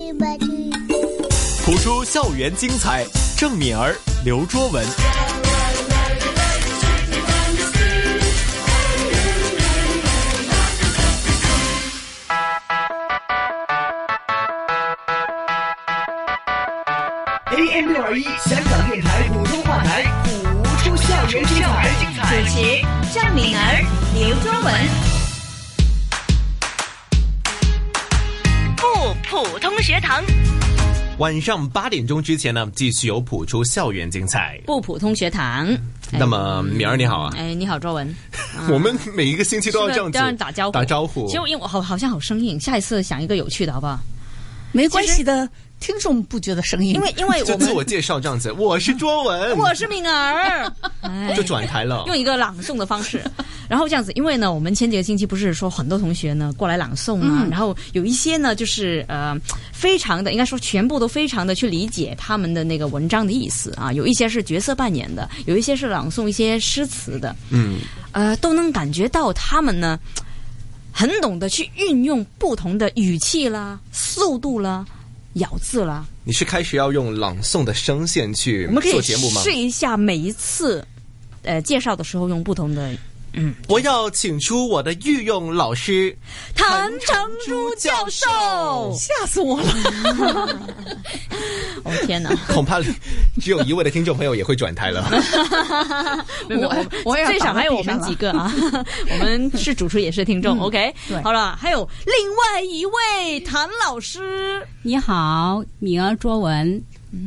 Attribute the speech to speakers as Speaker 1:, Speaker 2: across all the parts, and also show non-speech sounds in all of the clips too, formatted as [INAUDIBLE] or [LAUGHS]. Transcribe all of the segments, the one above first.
Speaker 1: 去吧去。
Speaker 2: 谱出校园精彩，郑敏儿、刘卓文。
Speaker 3: AM 六二一香港电台普通话台，谱出校园精彩。
Speaker 4: 主持郑敏儿、刘卓文。不普通学堂。
Speaker 2: 晚上八点钟之前呢，继续有谱出校园精彩。
Speaker 4: 不普通学堂。
Speaker 2: 那么敏儿你好啊，
Speaker 4: 哎哎，你嗯好，周文。
Speaker 2: 我们每一个星期都要这样子
Speaker 4: 都要打招呼
Speaker 2: 打招呼
Speaker 4: 其。实我因为我好好像好生硬，下一次想一个有趣的好不好？
Speaker 5: 没关系的，听众不觉得生硬，
Speaker 4: 因为因为
Speaker 2: 就
Speaker 4: 我
Speaker 2: 自
Speaker 4: 们
Speaker 2: 我介绍这样子，我是卓文，
Speaker 4: [LAUGHS] 我是敏儿，
Speaker 2: [LAUGHS]
Speaker 4: 哎
Speaker 2: 就转台了。
Speaker 4: 用一个朗诵的方式， [LAUGHS] 然后这样子，因为呢，我们前几个星期不是说很多同学呢过来朗诵啊，
Speaker 2: 嗯
Speaker 4: 然后有一些呢就是呃非常的，应该说全部都非常的去理解他们的那个文章的意思啊，有一些是角色扮演的，有一些是朗诵一些诗词的，
Speaker 2: 嗯，
Speaker 4: 呃，都能感觉到他们呢很懂得去运用不同的语气啦、速度啦、咬字啦，
Speaker 2: 你是开始要用朗诵的声线去
Speaker 4: 我们可以
Speaker 2: 做节目吗？
Speaker 4: 试一下每一次呃介绍的时候用不同的。
Speaker 2: 我要请出我的御用老师，
Speaker 4: 谭成珠教授，
Speaker 5: 吓死我了。
Speaker 4: 哦天哪！
Speaker 2: 恐怕只有一位的听众朋友也会转台了。
Speaker 4: [LAUGHS] 没有没有
Speaker 5: 我
Speaker 4: 我
Speaker 5: 我也要
Speaker 4: 最少还有我们
Speaker 5: 打到地上了
Speaker 4: 几个啊， [LAUGHS] 嗯我们是主持也是听众，OK。
Speaker 5: 对
Speaker 4: 好了，还有另外一位谭老师，
Speaker 6: 你好，敏儿
Speaker 4: [LAUGHS]
Speaker 6: 卓文，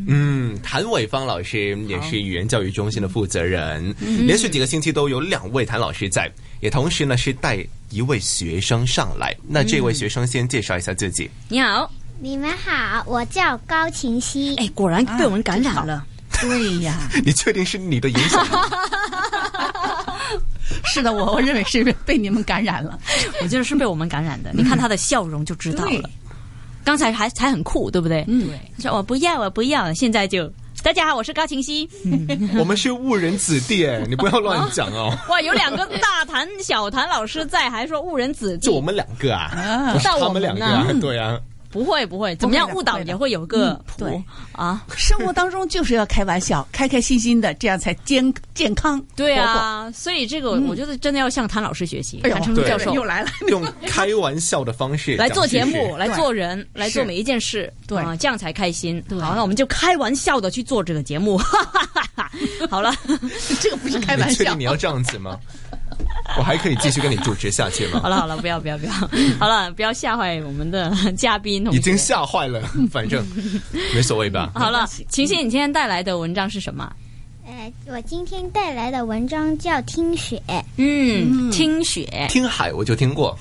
Speaker 2: 嗯，谭伟芳老师也是语言教育中心的负责人，连续几个星期都有两位谭老师在，也同时呢是带一位学生上来。那这位学生先介绍一下自己，
Speaker 4: 你好。
Speaker 1: 你们好，我叫高晴熙。
Speaker 4: 哎，果然被我们感染了。
Speaker 5: 对呀，
Speaker 2: 你确定是你的影响吗？
Speaker 5: [LAUGHS] 是的，我我认为是被你们感染了。 [LAUGHS]
Speaker 4: 我觉得是被我们感染的，你看他的笑容就知道了
Speaker 5: 对。
Speaker 4: 刚才还还很酷，对不对？
Speaker 5: 嗯，
Speaker 4: 他说我不要，我不要，现在就。大家好，我是高晴 [LAUGHS] 熙。
Speaker 2: 我们是误人子弟，哎你不要乱讲哦。
Speaker 4: 哇，有两个大谭、小谭老师在，还说误人子弟。
Speaker 2: 就我们两个啊，
Speaker 5: 啊
Speaker 2: 不是
Speaker 4: 到
Speaker 2: 他
Speaker 4: 我
Speaker 2: 们
Speaker 4: 们
Speaker 2: 两个啊，
Speaker 4: 啊
Speaker 2: 对啊，
Speaker 4: 不会不会，怎么样
Speaker 5: 会的
Speaker 4: 误导
Speaker 5: 会的
Speaker 4: 也会有个谱、
Speaker 5: 对
Speaker 4: 啊？
Speaker 5: 生活当中就是要开玩 [LAUGHS] 笑，开开心心的，这样才健健康。
Speaker 4: 对啊，所以这个我觉得真的要向谭老师学习，
Speaker 5: 活泼，哎呦
Speaker 4: 谭成珠
Speaker 2: 对
Speaker 4: 教
Speaker 5: 对
Speaker 4: 授
Speaker 5: 又来了。 [LAUGHS]
Speaker 2: 用开玩笑的方式
Speaker 4: [LAUGHS] 来做节
Speaker 2: 讲知识
Speaker 4: 目，来
Speaker 5: 对
Speaker 4: 做人，来做每一件事，
Speaker 5: 对
Speaker 4: 啊，这样才开心。
Speaker 6: 对
Speaker 4: 好，那我们就开玩笑的去做这个节目， [LAUGHS] 哈哈哈哈。好 [LAUGHS] 了，
Speaker 5: 这个不是开玩
Speaker 2: 你确
Speaker 5: 笑
Speaker 2: 定你，要这样子吗？我还可以继续跟你主持下去
Speaker 4: [LAUGHS] 好
Speaker 2: 吗？
Speaker 4: 了，好了，不要不要不要，好了，不要吓坏我们的嘉宾同
Speaker 2: 已经
Speaker 4: 学。
Speaker 2: 吓坏了，反正没所谓
Speaker 4: [LAUGHS]
Speaker 2: 吧。
Speaker 4: 好了
Speaker 5: 没关系，
Speaker 4: 晴晴，你今天带来的文章是什么？
Speaker 1: 呃，我今天带来的文章叫《听雪》。
Speaker 4: 嗯，听雪
Speaker 2: 听海我就听过，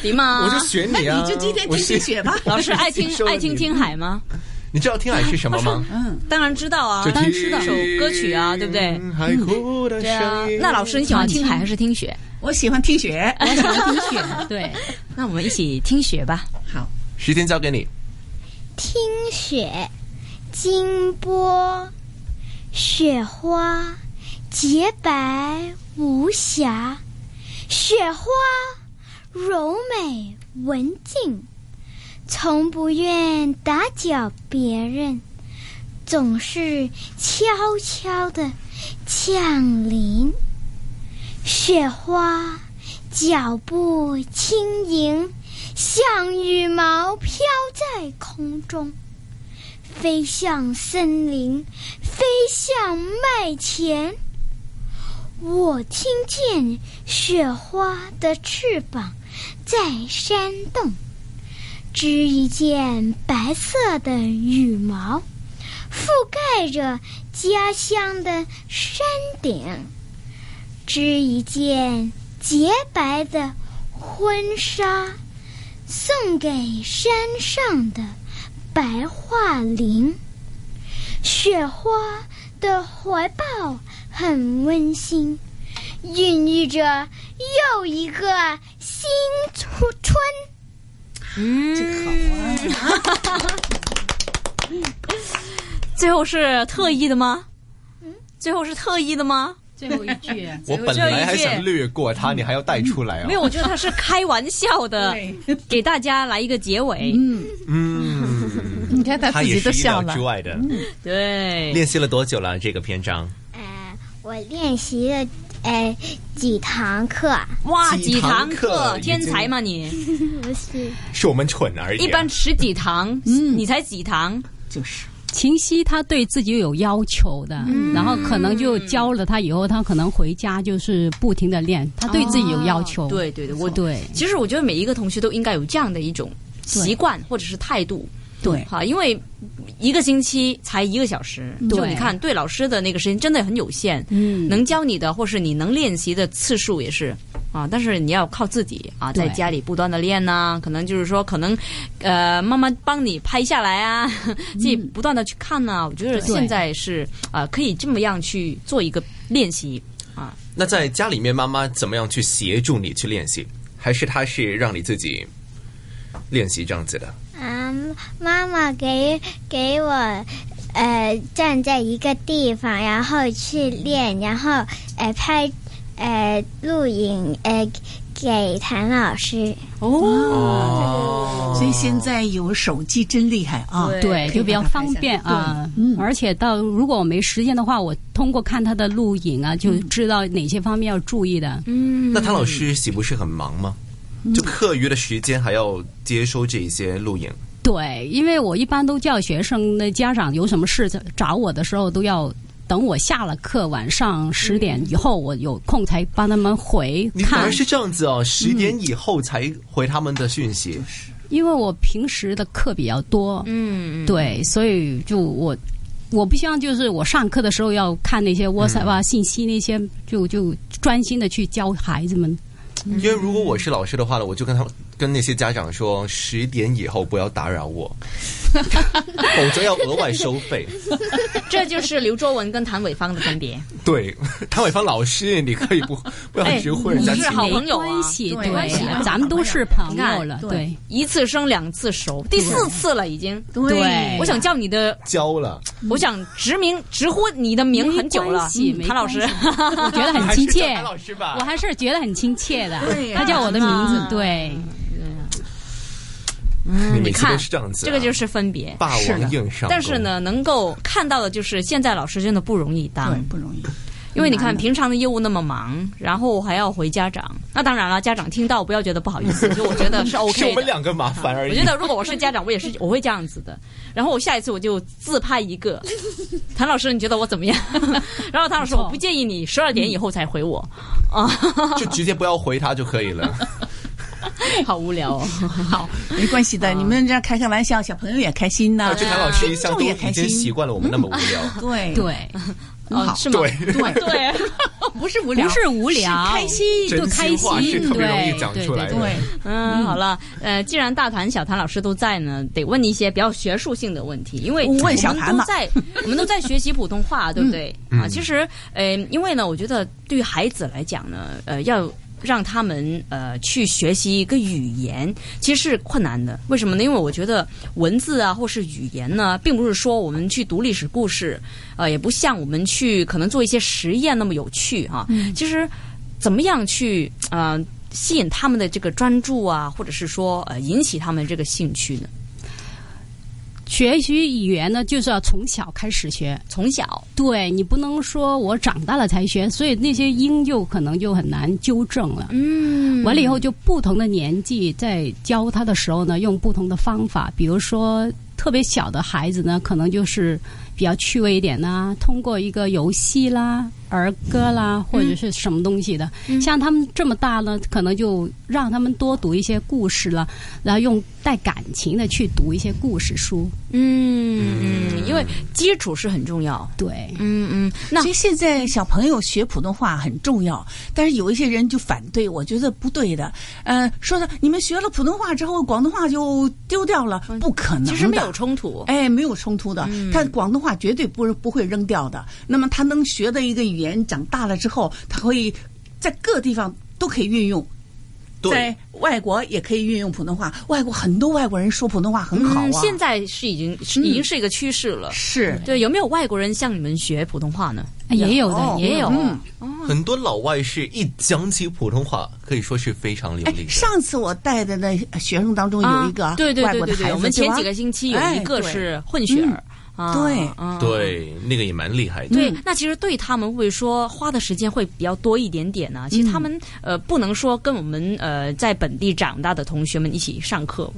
Speaker 4: 迪吗？
Speaker 2: 我就选你啊！
Speaker 5: 你就今天
Speaker 2: 我
Speaker 5: 听
Speaker 2: 是
Speaker 5: 听雪吧。
Speaker 4: [LAUGHS]
Speaker 2: [LAUGHS]
Speaker 4: 老师 [LAUGHS] 爱听
Speaker 2: 收了
Speaker 4: 爱听
Speaker 2: 你
Speaker 4: 听海吗？
Speaker 2: 你知道听海是什么吗？
Speaker 5: 嗯
Speaker 4: 当然知 [LAUGHS] 道啊，
Speaker 2: 就
Speaker 4: 当然
Speaker 2: 听嗯
Speaker 4: 知道首歌曲啊，对不对？？
Speaker 2: [LAUGHS] 海哭的
Speaker 4: 对啊
Speaker 2: 声音。，
Speaker 4: 那老师你喜欢听海还是听雪？
Speaker 5: 我喜欢听 [LAUGHS] 雪，
Speaker 6: 我喜欢听雪，对，
Speaker 4: 那我们一起听雪吧。
Speaker 5: 好，
Speaker 2: 时间交给你。
Speaker 1: 听雪，金波，雪花洁白无瑕，雪花柔美文静，从不愿打搅别人，总是悄悄地降临。雪花脚步轻盈，像羽毛飘在空中，飞向森林，飞向麦田。我听见雪花的翅膀在扇动，织一件白色的羽毛，覆盖着家乡的山顶，织一件洁白的婚纱。送给山上的白桦林。雪花的怀抱很温馨，孕育着又一个新春春。
Speaker 4: 啊 [LAUGHS] 最后是特意的吗？最后是特意的吗？
Speaker 6: 最后一句，
Speaker 2: 我本来还想略过它，你还要带出来啊？
Speaker 4: [LAUGHS] 没有，，我觉得他是开玩笑的
Speaker 5: 对，
Speaker 4: 给大家来一个结尾。
Speaker 2: 嗯，
Speaker 4: [LAUGHS]
Speaker 5: 看他
Speaker 2: 他
Speaker 5: 自
Speaker 2: 也
Speaker 5: 己都
Speaker 2: 是意
Speaker 5: 笑
Speaker 2: 料
Speaker 5: 了
Speaker 2: 之。外
Speaker 4: 嗯
Speaker 2: 的。
Speaker 4: 对，
Speaker 2: 练习了多久了？这个篇章
Speaker 1: 呃，我练习了呃几堂课，
Speaker 4: 哇，
Speaker 2: 几
Speaker 4: 几堂
Speaker 2: 堂课已
Speaker 4: 天
Speaker 2: 经
Speaker 4: 才嘛你？
Speaker 1: 不是
Speaker 2: 是我们蠢而已啊。
Speaker 4: 一般十几堂，你才几堂？
Speaker 5: 就是
Speaker 6: 秦西他对自己有要求的，
Speaker 4: 嗯
Speaker 6: 然后可能就教了他以后，他可能回家就是不停的练，他对自己有要求。
Speaker 4: 啊对对对，我
Speaker 6: 我对
Speaker 4: 其实我觉得每一个同学都应该有这样的一种
Speaker 6: 对
Speaker 4: 习惯或者是态度，
Speaker 6: 对
Speaker 4: 哈，因为一个星期才一个小时，就
Speaker 6: 嗯对
Speaker 4: 你看对老师的那个时间真的很有限，
Speaker 6: 嗯
Speaker 4: 能教你的或是你能练习的次数也是啊，但是你要靠自己啊，
Speaker 6: 对
Speaker 4: 在家里不断的练呐、可能就是说可能呃慢慢帮你拍下来啊， [LAUGHS] 自己
Speaker 6: 嗯
Speaker 4: 不断的去看呐、我觉得现在是啊、可以这么样去做一个练习。
Speaker 2: 那在家里面，妈妈怎么样去协助你去练习？还是她是让你自己练习这样子的？
Speaker 1: 啊、妈妈给给我。呃，站在一个地方，然后去练，然后呃拍呃录影呃给谭老师。
Speaker 2: 哦
Speaker 5: 所以现在有手机真厉害啊！
Speaker 6: 对，就比较方便啊。而且到如果我没时间的话，我通过看他的录影啊，就
Speaker 4: 嗯
Speaker 6: 知道哪些方面要注意的。
Speaker 2: 那谭老师岂不是很忙吗？
Speaker 4: 嗯
Speaker 2: 就课余的时间还要接收这一些录影，
Speaker 6: 对，因为我一般都叫学生的家长有什么事找我的时候，都要等我下了课，晚上十点以后我有空才帮他们回
Speaker 2: 你反
Speaker 6: 看
Speaker 2: 而。是这样子哦，
Speaker 4: 嗯
Speaker 2: 十点以后才回他们的讯息。
Speaker 6: 因为我平时的课比较多，
Speaker 4: 嗯，
Speaker 6: 对，所以就我。我不希望就是我上课的时候要看那些 WhatsApp
Speaker 2: 嗯
Speaker 6: 啊、信息那些，就就专心的去教孩子们。
Speaker 2: 因为如果我是老师的话呢，我就跟他们跟那些家长说，十点以后不要打扰
Speaker 4: [LAUGHS]
Speaker 2: 我，否则要额外收费。
Speaker 4: 这就是刘卓文跟谭伟芳的分别。
Speaker 2: 对，谭伟芳老师，你可以
Speaker 4: [LAUGHS]
Speaker 2: 不不要一直混人家
Speaker 4: 哎你是
Speaker 2: 情
Speaker 4: 好
Speaker 2: 绪。
Speaker 4: 朋友啊
Speaker 6: 没关系，
Speaker 5: 对
Speaker 6: 对
Speaker 5: 关系啊
Speaker 6: 咱们都是朋友了
Speaker 5: 你看，对
Speaker 6: 对
Speaker 4: 一次生两次熟，第四次了已经。
Speaker 6: 对
Speaker 4: 我想叫你的，
Speaker 2: 教了，
Speaker 4: 我想直名直呼你的名很久了
Speaker 6: 没关系，
Speaker 4: 嗯
Speaker 6: 没
Speaker 4: 谭老师。 [LAUGHS]
Speaker 6: [LAUGHS] 我觉得很亲切。
Speaker 2: 师
Speaker 6: 我还是觉得很亲切的
Speaker 5: 对，呀嗯
Speaker 6: 他叫我的名字
Speaker 4: 啊，
Speaker 6: 对，
Speaker 2: 你每
Speaker 4: 你
Speaker 2: 次都
Speaker 4: 看
Speaker 2: 是这样子啊、
Speaker 4: 这个就是分别。
Speaker 2: 霸
Speaker 5: 是的
Speaker 2: 王硬上弓。
Speaker 4: 但是呢，能够看到的就是现在老师真的不容易当
Speaker 5: 对，，不容易。
Speaker 4: 因为你看
Speaker 5: 难的
Speaker 4: 平常的业务那么忙，然后还要回家长。那当然了，家长听到不要觉得不好意
Speaker 2: [LAUGHS]
Speaker 4: 思，就我觉得是 OK
Speaker 2: 是
Speaker 4: 的。啊
Speaker 2: 我们两个麻烦而
Speaker 4: 我
Speaker 2: 已。
Speaker 4: 觉得如果我是家长，我
Speaker 2: [LAUGHS]
Speaker 4: 也是我会这样子的。然后我下一次我就自拍
Speaker 2: [LAUGHS]
Speaker 4: 一个，谭老师你觉得我怎么样？ [LAUGHS] 然后谭老师我不建议你十二点以后才回我，啊，
Speaker 2: 就直接不要回他就可以了。
Speaker 4: 好无聊哦。好，
Speaker 5: 没关系的，你们这样开开玩笑，小朋友也开心
Speaker 2: 那
Speaker 5: 呐。
Speaker 2: 这啊谭老师一
Speaker 5: 听
Speaker 2: 向
Speaker 5: 众
Speaker 2: 都
Speaker 5: 也
Speaker 2: 已
Speaker 5: 开
Speaker 2: 经
Speaker 5: 心
Speaker 2: 习惯了我们那么无聊。
Speaker 5: 对
Speaker 6: 对，
Speaker 4: 哦
Speaker 2: 嗯
Speaker 5: 好
Speaker 4: 是
Speaker 2: [LAUGHS]
Speaker 4: 吗？
Speaker 2: 对
Speaker 4: 对对，
Speaker 5: 不是无聊，
Speaker 6: 不是无聊，
Speaker 5: 是开心
Speaker 6: 就
Speaker 2: 真
Speaker 6: 开
Speaker 2: 心
Speaker 6: 心
Speaker 2: 话是，特别容易
Speaker 6: 对
Speaker 2: 讲
Speaker 6: 对
Speaker 2: 出来
Speaker 6: 对
Speaker 2: 的
Speaker 5: 对，
Speaker 4: 嗯，好了，呃，既然大谭、小谭老师都在呢，得问一些比较学术性的问题，因为
Speaker 5: 我问
Speaker 4: 我们
Speaker 5: 小谭
Speaker 4: 都
Speaker 5: 吧
Speaker 4: 在，我们都在学习普通话，对不对？
Speaker 2: 嗯
Speaker 4: 啊，其实，呃，因为呢，我觉得对于孩子来讲呢，呃，要。让他们呃去学习一个语言，其实是困难的。为什么呢？因为我觉得文字啊，或是语言呢，并不是说我们去读历史故事，呃，也不像我们去可能做一些实验那么有趣啊。
Speaker 5: 嗯
Speaker 4: 其实怎么样去呃吸引他们的这个专注啊，或者是说呃引起他们这个兴趣呢？
Speaker 6: 学习语言呢，就是要从小开始学，
Speaker 4: 从小
Speaker 6: 对你不能说我长大了才学，所以那些音就可能就很难纠正了。
Speaker 4: 嗯
Speaker 6: 完了以后，就不同的年纪在教他的时候呢，用不同的方法，比如说特别小的孩子呢，可能就是比较趣味一点啦，通过一个游戏啦、儿歌啦，或者是什么东西的。像他们这么大呢，可能就让他们多读一些故事了，然后用带感情的去读一些故事书。
Speaker 4: 嗯嗯，因为基础是很重要。
Speaker 6: 对，
Speaker 4: 嗯嗯，那
Speaker 5: 其实现在小朋友学普通话很重要，但是有一些人就反对，我觉得不对的。呃，说的你们学了普通话之后，广东话就丢掉了，不可能的。
Speaker 4: 嗯其实没有冲突。嗯
Speaker 5: 哎，没有冲突的，他广东话绝对不是不会扔掉的。那么他能学的一个语言，长大了之后，他会在各地方都可以运用。
Speaker 2: 对
Speaker 5: [LAUGHS] 在外国也可以运用普通话，外国很多外国人说普通话很好啊。
Speaker 4: 嗯，现在是已经
Speaker 5: 嗯
Speaker 4: 是已经是一个趋势了。
Speaker 5: 是
Speaker 4: 对，有没有外国人向你们学普通话呢？
Speaker 5: 哎
Speaker 6: 也有的，
Speaker 4: 也有，
Speaker 5: 嗯
Speaker 2: 很多老外是一讲起普通话，可以说是非常流
Speaker 5: 哎
Speaker 2: 利，的。
Speaker 5: 上次我带的那呃学生当中有一个
Speaker 4: 啊对对
Speaker 5: 外
Speaker 4: 对
Speaker 5: 国的
Speaker 4: 对
Speaker 5: 孩
Speaker 4: 对，
Speaker 5: 子，
Speaker 4: 我们前几
Speaker 5: 对
Speaker 4: 个
Speaker 5: 吧
Speaker 4: 星期有一个
Speaker 5: 哎对嗯
Speaker 4: 是混血儿啊，
Speaker 5: 对
Speaker 4: 啊
Speaker 2: 对，那个也蛮厉害的。
Speaker 4: 对，那其实对他们会说花的时间会比较多一点点呢、其实他们、呃不能说跟我们呃在本地长大的同学们一起上课，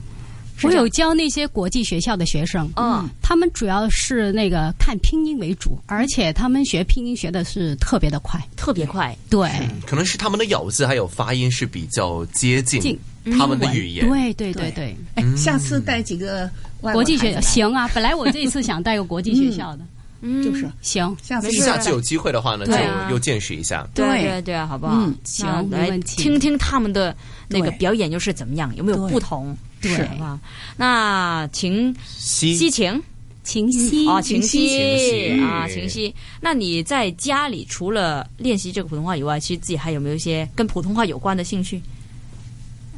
Speaker 4: 是
Speaker 6: 我
Speaker 4: 这样
Speaker 6: 有教那些国际学校的学生，
Speaker 4: 嗯，
Speaker 6: 他们主要是那个看拼音为主，而且他们学拼音学的是特别的快，
Speaker 4: 特别快。
Speaker 6: 对，
Speaker 2: 可能是他们的咬字还有发音是比较接近
Speaker 6: 近
Speaker 2: 他们的语言。
Speaker 6: 对对对对，
Speaker 4: 嗯
Speaker 5: 哎，下次带几个外
Speaker 6: 国际
Speaker 5: 孩
Speaker 6: 学
Speaker 5: 子
Speaker 6: 校
Speaker 5: 来
Speaker 6: 行
Speaker 4: [LAUGHS]
Speaker 6: 啊，本来我这一次想带个国际学校
Speaker 4: 嗯
Speaker 6: 的，
Speaker 5: 就是
Speaker 6: 行，
Speaker 5: 下次
Speaker 4: 没事
Speaker 2: 下次有机会的话呢，
Speaker 4: 对啊
Speaker 2: 就又见识一下。
Speaker 5: 对
Speaker 4: 对对啊，好不好？
Speaker 5: 嗯
Speaker 4: 那
Speaker 6: 行没
Speaker 4: 来
Speaker 6: 问题
Speaker 4: 听听他们的那个
Speaker 5: 对
Speaker 4: 表演又是怎么样，有没有
Speaker 5: 对
Speaker 4: 不同？
Speaker 5: 对
Speaker 4: 好不好？那秦
Speaker 2: 西
Speaker 4: 西晴
Speaker 6: 秦西
Speaker 2: 哦
Speaker 4: 啊，秦
Speaker 2: 秦
Speaker 4: 西
Speaker 2: 西
Speaker 4: 啊，秦西。那你在家里除了练习这个普通话以外，其实自己还有没有一些跟普通话有关的兴趣？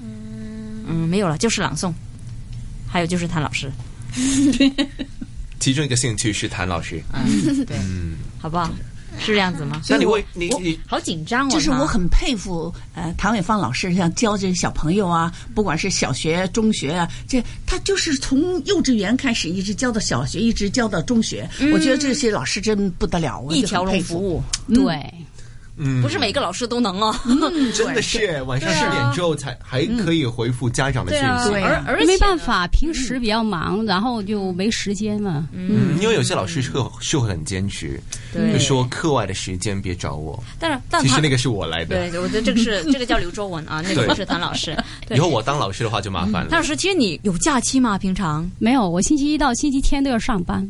Speaker 4: 嗯，没有了，就是朗诵，还有就是谭老师，
Speaker 2: 其中一个兴趣是谭老师，
Speaker 4: 好不好？是这样子吗？
Speaker 5: 所
Speaker 2: 那
Speaker 5: 以
Speaker 2: 你
Speaker 5: 我
Speaker 2: 会你你
Speaker 4: 好紧张哦，
Speaker 5: 就是
Speaker 4: 他
Speaker 5: 我很佩服呃唐伟芳老师，像教这小朋友啊，不管是小学、中学啊，这他就是从幼稚园开始一直教到小学，一直教到中学。我觉得这些老师真不得了，我
Speaker 4: 嗯一
Speaker 5: 就
Speaker 4: 条
Speaker 5: 很
Speaker 4: 龙
Speaker 5: 佩服
Speaker 4: 服。务，
Speaker 6: 对，
Speaker 4: 不是每个老师都能哦。
Speaker 2: 嗯真的是晚上十点之后才还可以回复家长的讯息。
Speaker 5: 对
Speaker 4: 而
Speaker 5: 啊
Speaker 4: 而且
Speaker 6: 没办
Speaker 4: 呢嗯
Speaker 6: 法，平时比较忙，然后就没时间了。
Speaker 2: 嗯，因为有些老师是会是会很坚持，
Speaker 4: 对
Speaker 2: 就说课外的时间别找我。
Speaker 4: 但是但
Speaker 2: 其
Speaker 4: 他
Speaker 2: 实那个是我来的，
Speaker 4: 对，我觉得这个是这个叫刘周文啊，那个
Speaker 2: 对
Speaker 4: 不是谭老师。对嗯
Speaker 2: 以后我当老师的话就麻烦
Speaker 4: 谭老
Speaker 2: 了。
Speaker 4: 师，其实你有假期吗？平常
Speaker 6: 没有，我星期一到星期天都要上班。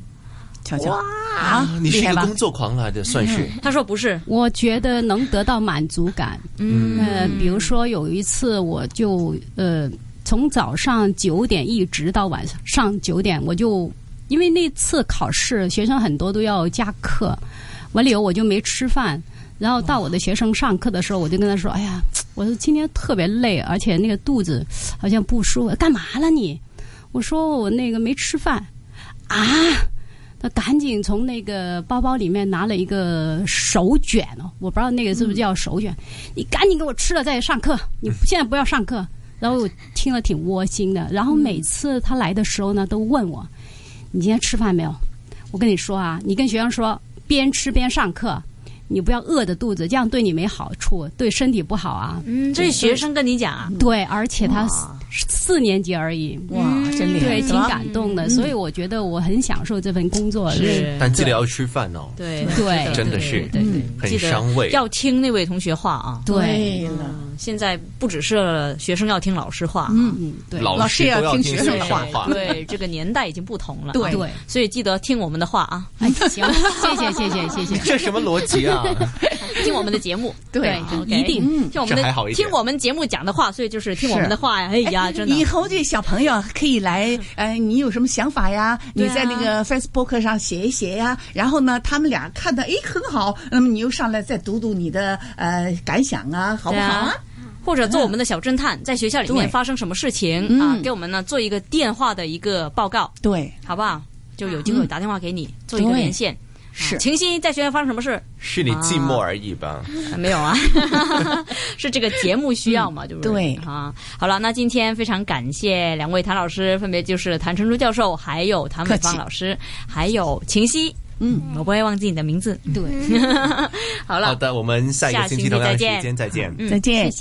Speaker 5: 瞧瞧
Speaker 2: 啊
Speaker 5: 啊，
Speaker 2: 你是
Speaker 5: 厉
Speaker 2: 一
Speaker 5: 害
Speaker 2: 个
Speaker 5: 吧
Speaker 2: 工？作狂来的，算是
Speaker 4: 他说不是，
Speaker 6: 我觉得能得到满足感。
Speaker 4: 嗯
Speaker 6: 呃，比如说有一次，我就呃从早上九点一直到晚上九点，我就因为那次考试，学生很多都要加课，完了以后我就没吃饭。然后到我的学生上课的时候，我就跟他说：“哎呀，我说今天特别累，而且那个肚子好像不舒服，干嘛了你？”我说：“我那个没吃饭。”啊，他赶紧从那个包包里面拿了一个手卷哦，我不知道那个是不是叫手卷，
Speaker 5: 嗯
Speaker 6: 你赶紧给我吃了再上课，你现在不要上
Speaker 5: [LAUGHS]
Speaker 6: 课。然后我听了挺窝心的，然后每次他来的时候呢，都问我，你今天吃饭没有？我跟你说啊，你跟学生说边吃边上课，你不要饿着肚子，这样对你没好处，对身体不好啊。
Speaker 4: 嗯，这是学生跟你讲啊，
Speaker 6: 对，而且他
Speaker 5: 哇
Speaker 6: 四年级而已，
Speaker 5: 哇，真厉害！
Speaker 6: 对，
Speaker 5: 是
Speaker 6: 挺
Speaker 5: 吧嗯
Speaker 6: 感动的，所以我觉得我很享受这份工作。
Speaker 4: 是
Speaker 2: 但记得要吃饭哦，
Speaker 4: 对
Speaker 6: 对
Speaker 2: 真的是
Speaker 4: 对对对，
Speaker 2: 很伤胃。
Speaker 4: 要听那位同学话啊。
Speaker 6: 对，
Speaker 5: 对了，
Speaker 4: 嗯现在不只是学生要听老师话啊，
Speaker 6: 嗯，对，
Speaker 2: 老
Speaker 5: 老师
Speaker 2: 师
Speaker 5: 也要
Speaker 2: 都要
Speaker 5: 听
Speaker 2: 听
Speaker 5: 学生
Speaker 2: 学
Speaker 5: 的
Speaker 2: 生
Speaker 5: 话
Speaker 2: 话。
Speaker 4: 对，这个年代已经不同了。
Speaker 5: 对
Speaker 6: 对，
Speaker 4: 所以记得听我们的话啊，
Speaker 6: 哎，行，谢谢，谢谢，谢谢。
Speaker 2: 这什么逻辑啊？
Speaker 4: 听我们的节目，
Speaker 6: [LAUGHS] 对
Speaker 4: ，OK
Speaker 6: 一定
Speaker 5: 嗯
Speaker 4: 听我们
Speaker 2: 这还
Speaker 4: 的
Speaker 2: 好一点
Speaker 4: 听我们节目讲的话，所以就是听我们的话呀。哎呀，真的
Speaker 5: 以后这小朋友可以
Speaker 4: [LAUGHS]
Speaker 5: 来，呃，你有什么想法呀？
Speaker 4: 对
Speaker 5: 你
Speaker 4: 啊
Speaker 5: 在那个 Facebook 上写一写呀。然后呢，他们俩看到，哎，很好，那么你又上来再读读你的呃感想啊，好不好啊？
Speaker 4: 或者做我们的小侦探，在学校里面
Speaker 5: 对
Speaker 4: 发生什么事情
Speaker 5: 嗯
Speaker 4: 啊，给我们呢做一个电话的一个报告，
Speaker 5: 对，
Speaker 4: 好不好？就有
Speaker 2: 嗯
Speaker 4: 机会打电话给你做一个
Speaker 5: 对
Speaker 4: 连线。
Speaker 5: 是
Speaker 4: 啊晴熙在学校发生什么事？
Speaker 2: 是你寂寞而已吧？
Speaker 4: 啊没有啊，是这个节目需要嘛，对不
Speaker 5: 对
Speaker 4: 啊，好了，那今天非常感谢两位谭老师，分别就是谭成珠教授，还有谭伟芳
Speaker 5: 客气
Speaker 4: 老师，还有晴熙。
Speaker 5: 嗯，
Speaker 4: 我不会忘记你的名字。
Speaker 6: 对，
Speaker 4: 好了，
Speaker 2: 好的，我们下一
Speaker 4: 下
Speaker 2: 个星
Speaker 4: 星期
Speaker 2: 期同样
Speaker 4: 再
Speaker 2: 的时
Speaker 4: 见
Speaker 2: 间再见。
Speaker 5: 再见
Speaker 4: 嗯
Speaker 6: 谢。谢。